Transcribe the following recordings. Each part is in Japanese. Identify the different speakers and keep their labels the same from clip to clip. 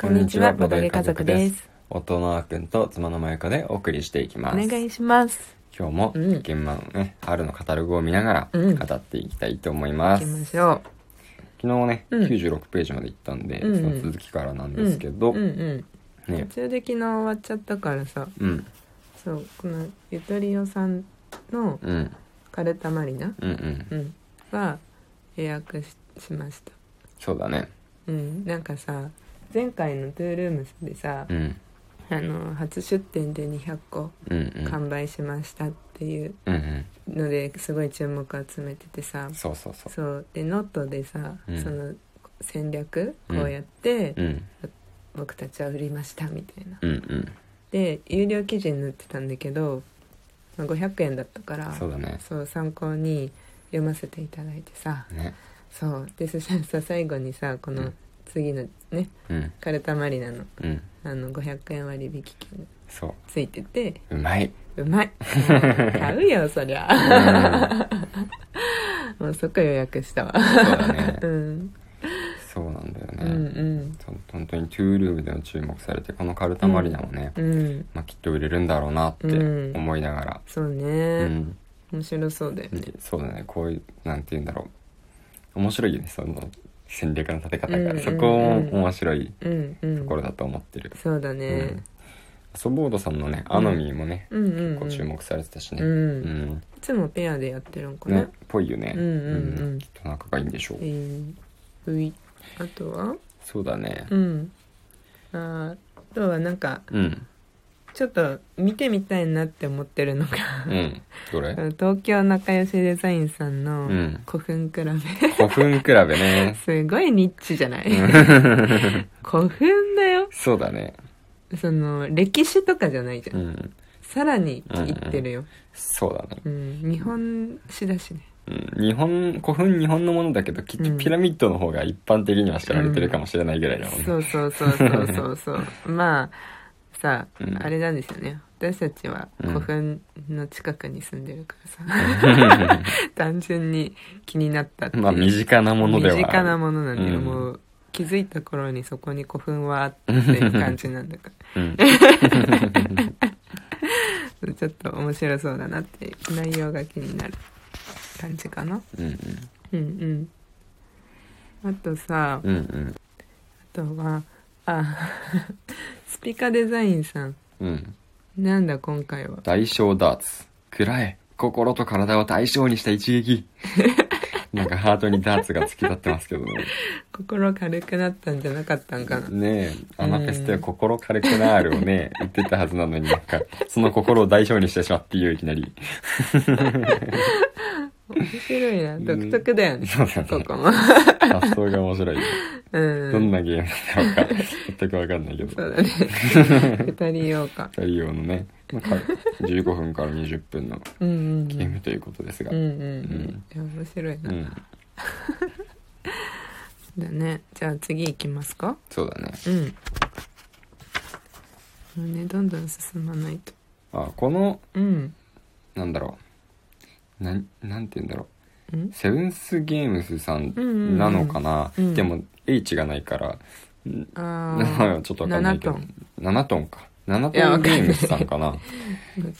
Speaker 1: こんにちは、ボドゲ家族です。。
Speaker 2: 夫のあくんと妻のまゆかでお送りしていきま
Speaker 1: お
Speaker 2: す。
Speaker 1: 願いします。
Speaker 2: 今日も、
Speaker 1: うん
Speaker 2: 現場のね、春のカタログを見なが
Speaker 1: うん
Speaker 2: ら語っていきたいと思い
Speaker 1: 行
Speaker 2: ます。
Speaker 1: きましょ
Speaker 2: 昨日ね、
Speaker 1: うん
Speaker 2: 96ページまで行ったんで、
Speaker 1: うんうん
Speaker 2: その続きからなん
Speaker 1: う。
Speaker 2: ですけど、
Speaker 1: うんうん。途
Speaker 2: ね、
Speaker 1: 中で昨日終わっちゃったからさ、
Speaker 2: うん、
Speaker 1: そう、このゆとりおさんの
Speaker 2: うん、うん、
Speaker 1: カルタマリナ、
Speaker 2: うん、うん、
Speaker 1: うん、は予約ししました。
Speaker 2: そうだね。
Speaker 1: うん、なんかさ、前回のトゥールームスでさ
Speaker 2: う、ん、
Speaker 1: あの、初出店で200個
Speaker 2: うん、うん、
Speaker 1: 完売しましたっていう
Speaker 2: うん、うん、
Speaker 1: のですごい注目集めててさ、
Speaker 2: そうそうそう。
Speaker 1: そう、で、ノットでさ、
Speaker 2: うん
Speaker 1: その戦略、こ
Speaker 2: うん
Speaker 1: うやって、
Speaker 2: うん、
Speaker 1: 僕たちは売りましたみたいな
Speaker 2: うん、うん、
Speaker 1: で有料記事に載ってたんだけどまあ500円だったから
Speaker 2: そうだね。
Speaker 1: そう参考に読ませていただいてさ
Speaker 2: ね、
Speaker 1: そうでそしたらさ最後にさこ
Speaker 2: う
Speaker 1: の
Speaker 2: ん
Speaker 1: 次のね、
Speaker 2: うん、
Speaker 1: カルタマリナの
Speaker 2: うん、
Speaker 1: あの500円割引券
Speaker 2: そ
Speaker 1: ついてて
Speaker 2: う、うまい。
Speaker 1: うま い買うよそり
Speaker 2: う
Speaker 1: ゃ
Speaker 2: ん、そう
Speaker 1: もうそこ予約したわ、
Speaker 2: だ ね
Speaker 1: う。ん、
Speaker 2: そうなんだよ
Speaker 1: う
Speaker 2: ね。
Speaker 1: んうん
Speaker 2: そう本当にトゥールームでも注目されてこのカルタマリナもね、
Speaker 1: うん
Speaker 2: まあ、きっと売れるんだろうなって
Speaker 1: うん
Speaker 2: 思いながら、
Speaker 1: そうね、
Speaker 2: うん
Speaker 1: 面白そうだよね
Speaker 2: でそうだねこういうなんて言うんだろう面白いよねその戦略の立て方が、
Speaker 1: うんうんうん
Speaker 2: そこも面白い
Speaker 1: うんうん
Speaker 2: ところだと思ってる、
Speaker 1: そうだ
Speaker 2: うん
Speaker 1: ね、
Speaker 2: ソボードさんのねアノミーもね、
Speaker 1: うん、うんうん
Speaker 2: 結構注目されてたしね、
Speaker 1: うん
Speaker 2: う、
Speaker 1: い
Speaker 2: ん
Speaker 1: つもペアでやってるんか
Speaker 2: ね
Speaker 1: な、
Speaker 2: っぽいよね、
Speaker 1: うんうんうん
Speaker 2: きっと仲がいいんでしょう、
Speaker 1: えーういあとは
Speaker 2: そうだね
Speaker 1: うんあーあとはなんか
Speaker 2: うん
Speaker 1: ちょっと見てみたいなって思ってるのが
Speaker 2: うん、どれ
Speaker 1: 東京仲良しデザインさんの
Speaker 2: うん
Speaker 1: 古墳比べ、
Speaker 2: 古墳比べね
Speaker 1: すごいニッチじゃない古墳だよ
Speaker 2: そうだね
Speaker 1: その歴史とかじゃないじゃん、
Speaker 2: うん
Speaker 1: さらにいってるよ、
Speaker 2: そうだね
Speaker 1: うん日本史だしね
Speaker 2: うん日本古墳日本のものだけどきっと
Speaker 1: うん
Speaker 2: ピラミッドの方が一般的には知られてるかもしれないぐらいだもんね、
Speaker 1: そうそうそうそうそう そう。まあさあ、
Speaker 2: うん
Speaker 1: あれなんですよね。私たちは
Speaker 2: うん
Speaker 1: 古墳の近くに住んでるからさ、 単純に気になったっていう。
Speaker 2: まあ身近なものではある
Speaker 1: 身近なものなんだよ、
Speaker 2: うん
Speaker 1: もう気づいた頃にそこに古墳はあっていう感じなんだか
Speaker 2: うん
Speaker 1: ら ちょっと面白そうだなっていう内容が気になる感じかな
Speaker 2: うん
Speaker 1: うんうんあとさ
Speaker 2: うんうん
Speaker 1: あとはあ スピカデザインさん
Speaker 2: うんうん
Speaker 1: なんだ今回は
Speaker 2: 大小ダーツ暗い心と体を対象にした一撃 なんかハートにダーツが突き立ってますけどね
Speaker 1: 心軽くなったんじゃなかったんかな
Speaker 2: ねえアナフェスでは心軽くなーるをね言ってたはずなのになんかその心を代償にしてしまっていいよいきなり
Speaker 1: 面白いな独特だよね、
Speaker 2: そうだ
Speaker 1: こ
Speaker 2: ね
Speaker 1: こ も
Speaker 2: 発想が面白いよ
Speaker 1: うん
Speaker 2: どんなゲームなのか全くわかんないけど
Speaker 1: そう だね二人用か
Speaker 2: 二人用のね、ま あか15分から20分の
Speaker 1: うんうん
Speaker 2: ゲームということですが、
Speaker 1: うんう
Speaker 2: うん
Speaker 1: んうんいや面白いな、だねじゃあ次行きますか
Speaker 2: そうだね
Speaker 1: うんもうねどんどん進まないと
Speaker 2: あこの
Speaker 1: うん
Speaker 2: なんだろうなんなんて言うんだろ
Speaker 1: うん
Speaker 2: うセブンスゲームスさん
Speaker 1: うんうんうん
Speaker 2: なのかな、
Speaker 1: うん
Speaker 2: でも H がないから
Speaker 1: あ
Speaker 2: 名前
Speaker 1: あ
Speaker 2: はちょっ とわかんないけど
Speaker 1: 7
Speaker 2: 7トンか7
Speaker 1: いや
Speaker 2: ト
Speaker 1: わか
Speaker 2: ン
Speaker 1: んな
Speaker 2: ゲ
Speaker 1: い
Speaker 2: ームスさんかな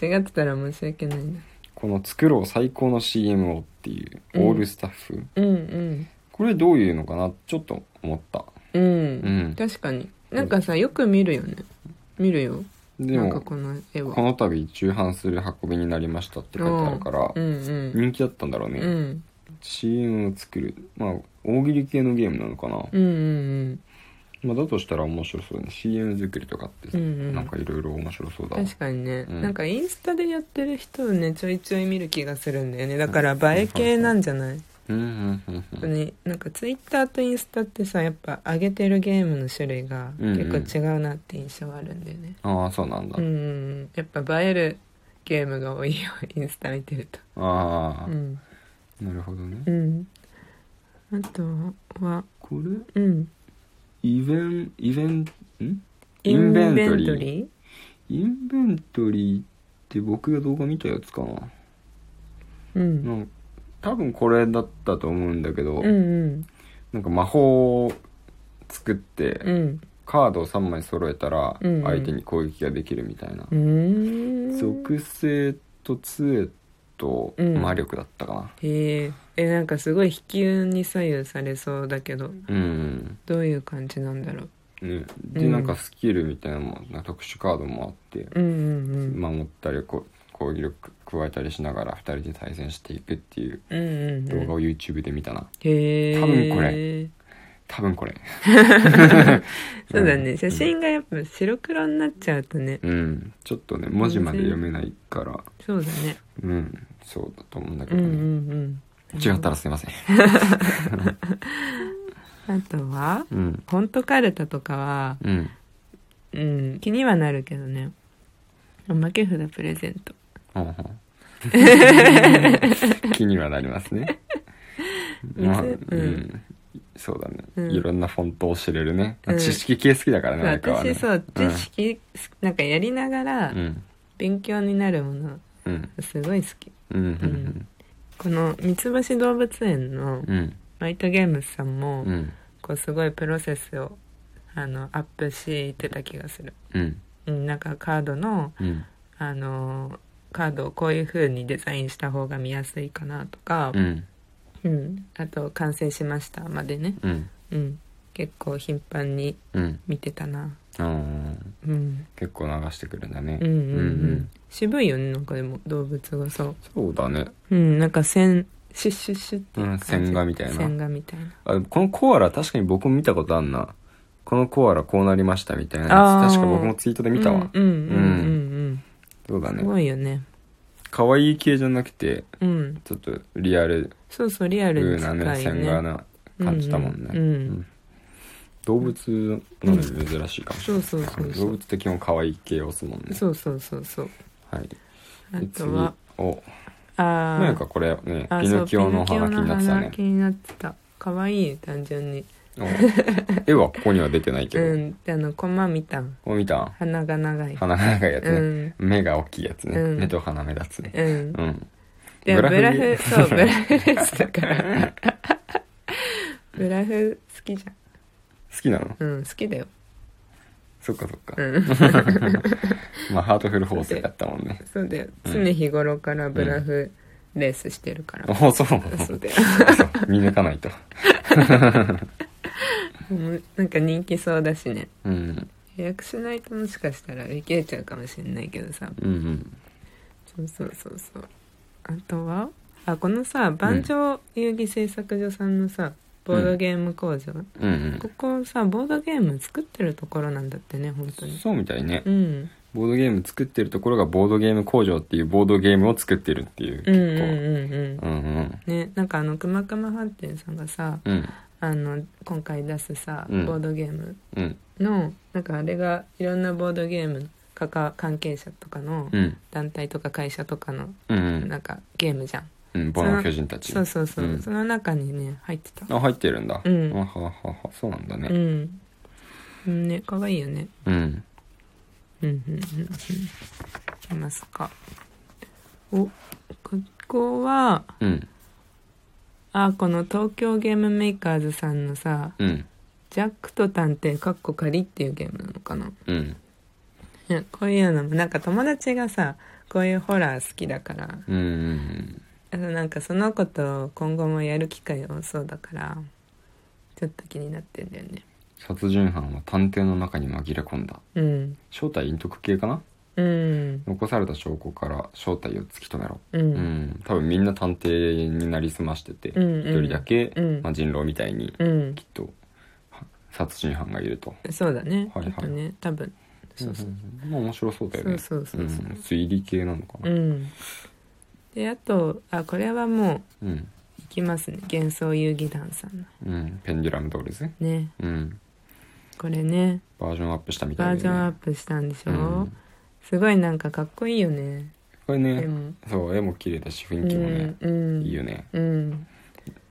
Speaker 1: 間違ってたら申し訳ないな
Speaker 2: この「作ろう最高の CM を」っていうオールスタッフ、
Speaker 1: うんうん
Speaker 2: これどういうのかなちょっと思った
Speaker 1: うん、
Speaker 2: うん
Speaker 1: 確かになんかさよく見るよね見るよ
Speaker 2: で
Speaker 1: なんか
Speaker 2: も
Speaker 1: この絵は
Speaker 2: この度重版する運びになりましたって書いてあるから、
Speaker 1: うんうん
Speaker 2: 人気だったんだろうね、
Speaker 1: うん
Speaker 2: CM を作るまあ大喜利系のゲームなのかな、
Speaker 1: うんうん
Speaker 2: まあ、だとしたら面白そうだね CM 作りとかって、
Speaker 1: うんうん
Speaker 2: なんかいろいろ面白そうだわ
Speaker 1: 確かにね、
Speaker 2: うん
Speaker 1: なんかインスタでやってる人をねちょいちょい見る気がするんだよねだから映え系なんじゃない、
Speaker 2: うんうんうんうん
Speaker 1: ね、なんかツイッターとインスタってさやっぱ上げてるゲームの種類が結構違うなって印象あるんだよね
Speaker 2: ああそうなんだ、
Speaker 1: うん、うん、やっぱ映えるゲームが多いよインスタ見てると
Speaker 2: ああ、
Speaker 1: うん
Speaker 2: なるほどね
Speaker 1: うんあとは
Speaker 2: これ
Speaker 1: うん
Speaker 2: イベンイベンんインベントリー
Speaker 1: インベントリー
Speaker 2: インベントリーって僕が動画見たやつかな
Speaker 1: うん
Speaker 2: なん多分これだったと思うんだけど、
Speaker 1: うんうん
Speaker 2: なんか魔法を作って、
Speaker 1: うん
Speaker 2: カードを3枚揃えたら
Speaker 1: うんうん
Speaker 2: 相手に攻撃ができるみたいな、
Speaker 1: うーん
Speaker 2: 属性と杖と
Speaker 1: うん
Speaker 2: 魔力だったかな
Speaker 1: へええなんかすごい飛球に左右されそうだけど
Speaker 2: うん、
Speaker 1: どういう感じなんだろう
Speaker 2: ね、で
Speaker 1: うん
Speaker 2: なんかスキルみたいなのもなんか特殊カードもあって
Speaker 1: うんうんうん、
Speaker 2: 守ったりこ攻撃力加えたりしながら2人で対戦していくっていう
Speaker 1: うんうんう
Speaker 2: 動画
Speaker 1: ん
Speaker 2: を YouTube で見たな
Speaker 1: へえ
Speaker 2: 多分これ多分これ
Speaker 1: そうだ
Speaker 2: う
Speaker 1: ね
Speaker 2: ん
Speaker 1: 写真がやっぱ白黒になっちゃうとね
Speaker 2: うんちょっとね文字まで読めないから
Speaker 1: そうだね
Speaker 2: うんそうだと思うんだけ
Speaker 1: う
Speaker 2: ど
Speaker 1: んう
Speaker 2: ね、
Speaker 1: んうん
Speaker 2: 違ったらすいません
Speaker 1: あとは
Speaker 2: うん
Speaker 1: フォントカルタとかは
Speaker 2: うん
Speaker 1: うん気にはなるけどねおまけ札プレゼント
Speaker 2: ほうほう気にはなりますねまあ
Speaker 1: 別
Speaker 2: う
Speaker 1: うん
Speaker 2: んそうだね、
Speaker 1: うん
Speaker 2: いろんなフォントを知れるね、
Speaker 1: うん
Speaker 2: 知識系好きだからね相川はね
Speaker 1: 私そう知識なんかやりながら
Speaker 2: うん
Speaker 1: 勉強になるもの
Speaker 2: うん
Speaker 1: すごい好き
Speaker 2: うんうん
Speaker 1: この三つ星動物園の
Speaker 2: うんうん
Speaker 1: マイトゲームズさんも
Speaker 2: うん
Speaker 1: こうすごいプロセスをあのアップしてた気がする
Speaker 2: うん
Speaker 1: うんなんかカードの
Speaker 2: うん
Speaker 1: あのカードをこういう風にデザインした方が見やすいかなとか
Speaker 2: う、ん
Speaker 1: うん、あと「完成しました」までね、
Speaker 2: うん
Speaker 1: うん、結構頻繁に
Speaker 2: うん
Speaker 1: 見てたな、
Speaker 2: あー
Speaker 1: うん、
Speaker 2: 結構流してくるんだね
Speaker 1: うんうんうん、
Speaker 2: うんうん
Speaker 1: 渋いよねなんかでも動物がさ、
Speaker 2: そうだね
Speaker 1: うん、なんか線シュッシュッシュッっていう感じ
Speaker 2: うん線画みたいな
Speaker 1: 線画みたいな
Speaker 2: あこのコアラ確かに僕も見たことあんなこのコアラこうなりましたみたいなや
Speaker 1: あー
Speaker 2: つ確か僕もツイートで見たわ、
Speaker 1: うんうんうんうん
Speaker 2: そうだ
Speaker 1: うん、
Speaker 2: ね
Speaker 1: すごいよね
Speaker 2: 可愛い系じゃなくて
Speaker 1: うん
Speaker 2: ちょっとリアル
Speaker 1: そうそうリアルに
Speaker 2: な
Speaker 1: 近
Speaker 2: ね
Speaker 1: い
Speaker 2: 線
Speaker 1: ね
Speaker 2: 画な感じたもんね、
Speaker 1: うんうんうん
Speaker 2: うん動物なのに珍しいかもしれない、
Speaker 1: そうそうそうそう
Speaker 2: 動物的にも可愛い系を押すもんね
Speaker 1: そうそうそうそう
Speaker 2: はい
Speaker 1: あ
Speaker 2: で
Speaker 1: とは
Speaker 2: 次お
Speaker 1: ああ
Speaker 2: なんかこれね
Speaker 1: あ
Speaker 2: ピノキオの
Speaker 1: そう
Speaker 2: 花
Speaker 1: ピ
Speaker 2: 気
Speaker 1: ノ
Speaker 2: に
Speaker 1: キオ
Speaker 2: な
Speaker 1: の鼻
Speaker 2: ってたね
Speaker 1: 気になってた可愛い単純に
Speaker 2: お絵はここには出てないけど、
Speaker 1: うんあのコマ見たん
Speaker 2: こう見た
Speaker 1: 鼻が長い
Speaker 2: 鼻が長いやつ
Speaker 1: う
Speaker 2: ね、
Speaker 1: ん
Speaker 2: 目が大きいやつね、
Speaker 1: うん
Speaker 2: 目と鼻目立つね
Speaker 1: うん
Speaker 2: うん
Speaker 1: でブ
Speaker 2: ブラ
Speaker 1: ラ
Speaker 2: フ
Speaker 1: フそうブラフですだから ブラフ好きじ
Speaker 2: 好きなの
Speaker 1: ゃんうん好きだよ
Speaker 2: そっかそっか、
Speaker 1: うん
Speaker 2: まあハートフル法制だったもんね
Speaker 1: そうだよ
Speaker 2: うん
Speaker 1: 常日頃からブラフレースしてるから、
Speaker 2: おそう
Speaker 1: そうだよ
Speaker 2: そう見抜かないと
Speaker 1: うんなんか人気そうだしね
Speaker 2: うん
Speaker 1: 予約しないともしかしたら売り切れちゃうかもしれないけどさ
Speaker 2: うんうん
Speaker 1: そうそうそうそうあとはあこのさ万丈遊戯製作所さんのさボードゲーム工場、
Speaker 2: うんうん
Speaker 1: ここさボードゲーム作ってるところなんだってね本当に
Speaker 2: そうみたいね
Speaker 1: うん
Speaker 2: ボードゲーム作ってるところがボードゲーム工場っていうボードゲームを作ってるっていう
Speaker 1: うんうんう
Speaker 2: 結
Speaker 1: んうん
Speaker 2: 構うんうん
Speaker 1: ねなんかあのくまくま飯店さんがさ
Speaker 2: うん
Speaker 1: あの今回出すさ、
Speaker 2: うん
Speaker 1: ボードゲーム
Speaker 2: うん
Speaker 1: のなんかあれがいろんなボードゲームかか関係者とかの
Speaker 2: うん
Speaker 1: 団体とか会社とかの
Speaker 2: うんうん
Speaker 1: なんかゲームじゃん、
Speaker 2: うんボの巨人たち
Speaker 1: そうそうそう、
Speaker 2: うん
Speaker 1: その中にね入ってた
Speaker 2: あ入ってるんだ
Speaker 1: うん
Speaker 2: あはははそうなんだ
Speaker 1: う
Speaker 2: ね
Speaker 1: んうんね可愛いよね
Speaker 2: うん
Speaker 1: うんうんうんうんいきますかおここは
Speaker 2: うん
Speaker 1: あこの東京ゲームメーカーズさんのさ
Speaker 2: うん
Speaker 1: 「ジャックと探偵かっこ仮」っていうゲームなのかな
Speaker 2: うん
Speaker 1: いやこういうのもなんか友達がさこういうホラー好きだから
Speaker 2: うんうん
Speaker 1: あのなんかその子と今後もやる機会多そうだからちょっと気になってんだよね
Speaker 2: 殺人犯は探偵の中に紛れ込んだ
Speaker 1: うん
Speaker 2: 正体隠匿系かな
Speaker 1: うん
Speaker 2: 残された証拠から正体を突き止めろ
Speaker 1: う
Speaker 2: うんん多分みんな探偵になりすましてて
Speaker 1: うんうん
Speaker 2: 一人だけ
Speaker 1: うん
Speaker 2: まあ人狼みたいに
Speaker 1: うん
Speaker 2: きっとは殺人犯がいると
Speaker 1: そうだね、
Speaker 2: はいは
Speaker 1: ちょ
Speaker 2: い
Speaker 1: っとね多分そうそう、
Speaker 2: んんまあ面白そうだよね
Speaker 1: そうそうそうそう
Speaker 2: うん推理系なのか
Speaker 1: う
Speaker 2: なん
Speaker 1: であとあこれはも
Speaker 2: うん、
Speaker 1: ういきますね幻想遊戯団さんの
Speaker 2: うん、ペンデュラムドールズ
Speaker 1: ね
Speaker 2: うん
Speaker 1: これね
Speaker 2: バージョンアップしたみた
Speaker 1: バー
Speaker 2: いで
Speaker 1: ジョンアップしたんでしょ、すごいなんかかっこいいよね
Speaker 2: これ
Speaker 1: で
Speaker 2: ね
Speaker 1: も
Speaker 2: そう絵も綺麗だし雰囲気もね、
Speaker 1: うんうん
Speaker 2: いいよね
Speaker 1: うん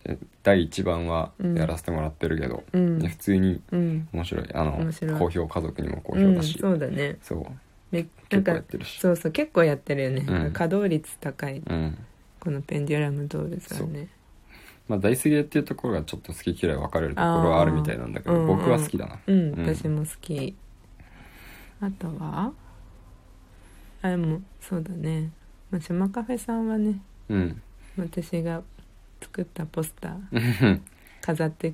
Speaker 2: で第1番は
Speaker 1: うん
Speaker 2: やらせてもらってるけど、
Speaker 1: う
Speaker 2: ね
Speaker 1: ん
Speaker 2: 普通に
Speaker 1: うん
Speaker 2: 面白いあの
Speaker 1: 面白い
Speaker 2: 好評家族にも好
Speaker 1: う
Speaker 2: 評だ
Speaker 1: ん
Speaker 2: し、
Speaker 1: そうだね
Speaker 2: そう
Speaker 1: めな
Speaker 2: 結
Speaker 1: ん
Speaker 2: 構や
Speaker 1: か
Speaker 2: ってるし
Speaker 1: そうそう結構やってるよね、
Speaker 2: うん
Speaker 1: 稼働率高い
Speaker 2: うん
Speaker 1: このペンデュラムドールさんね
Speaker 2: まあ大杉っていうところがちょっと好き嫌い分かれるところはあるみたいなんだけ
Speaker 1: あーう
Speaker 2: ど
Speaker 1: んうん
Speaker 2: 僕は好きだな
Speaker 1: うん、
Speaker 2: うん
Speaker 1: 私も好きあとはあれもそうだね、まあ、島カフェさんはね
Speaker 2: うん
Speaker 1: 私が作ったポスター
Speaker 2: うん
Speaker 1: 飾って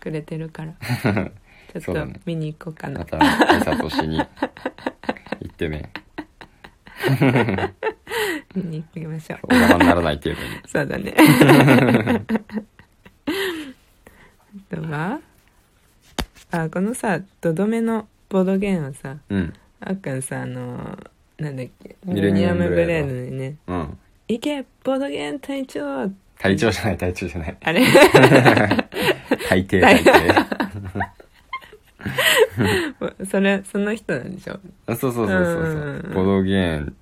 Speaker 1: くれてるから ち
Speaker 2: そ
Speaker 1: ょ
Speaker 2: う
Speaker 1: っと
Speaker 2: だね
Speaker 1: 見に行こうかな
Speaker 2: また挨拶をしに行ってね
Speaker 1: 見に行きましょう
Speaker 2: お邪魔にならない程度に
Speaker 1: そうだね あとはあこのさ土留めのボードゲームはさ
Speaker 2: うん
Speaker 1: あっくんさあのなんだっけミ
Speaker 2: ミ
Speaker 1: レ
Speaker 2: レ
Speaker 1: ニ
Speaker 2: ニ
Speaker 1: ア
Speaker 2: ア
Speaker 1: ム
Speaker 2: ム
Speaker 1: ブ
Speaker 2: ブ
Speaker 1: レ
Speaker 2: レ
Speaker 1: ー
Speaker 2: ード
Speaker 1: ドにね
Speaker 2: うん
Speaker 1: 「行けボードゲーム隊長!」
Speaker 2: 体調じゃない体調じゃ ない
Speaker 1: あれ
Speaker 2: 大抵大抵
Speaker 1: それその人なんでしょ
Speaker 2: あそうそうそう
Speaker 1: う
Speaker 2: そうそ
Speaker 1: んうんう
Speaker 2: うんボドゲーンっ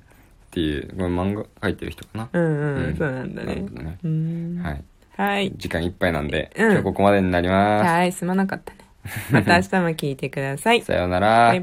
Speaker 2: ていうこれ漫画描いてる人かな
Speaker 1: うんうん、
Speaker 2: うん
Speaker 1: そうなんだ
Speaker 2: なる
Speaker 1: ね
Speaker 2: ほどね
Speaker 1: うーん
Speaker 2: は
Speaker 1: はいい
Speaker 2: 時間いっぱいなんで
Speaker 1: うん
Speaker 2: 今日ここまでになりま
Speaker 1: はいすまなかったねまた明日も聞いてください
Speaker 2: すさようなら
Speaker 1: バイバイ